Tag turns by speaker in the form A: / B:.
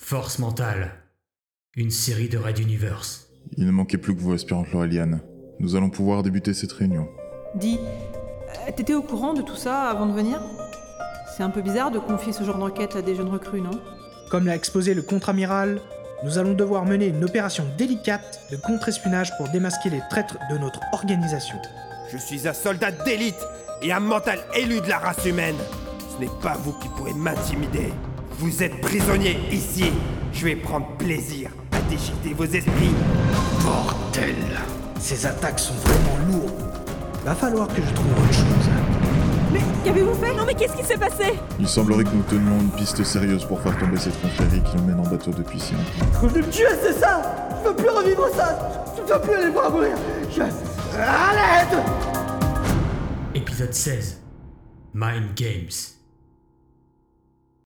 A: Force mentale. Une série de raids d'universe.
B: Il ne manquait plus que vous, aspirante Laureliane. Nous allons pouvoir débuter cette réunion.
C: Dis, euh, t'étais au courant de tout ça avant de venir C'est un peu bizarre de confier ce genre d'enquête à des jeunes recrues, non
D: Comme l'a exposé le contre-amiral, nous allons devoir mener une opération délicate de contre-espionnage pour démasquer les traîtres de notre organisation.
E: Je suis un soldat d'élite et un mental élu de la race humaine. Ce n'est pas vous qui pouvez m'intimider. Vous êtes prisonnier ici. Je vais prendre plaisir à déchiqueter vos esprits.
F: Bordel Ces attaques sont vraiment lourdes. Va falloir que je trouve autre chose.
C: Mais qu'avez-vous fait
G: Non mais qu'est-ce qui s'est passé
B: Il semblerait que nous tenions une piste sérieuse pour faire tomber cette confrérie qui nous mène en bateau depuis si longtemps.
H: Vous voulez me tuer, c'est ça Je veux plus revivre ça Je veux plus aller voir mourir Je... À l'aide
A: Épisode 16. Mind Games.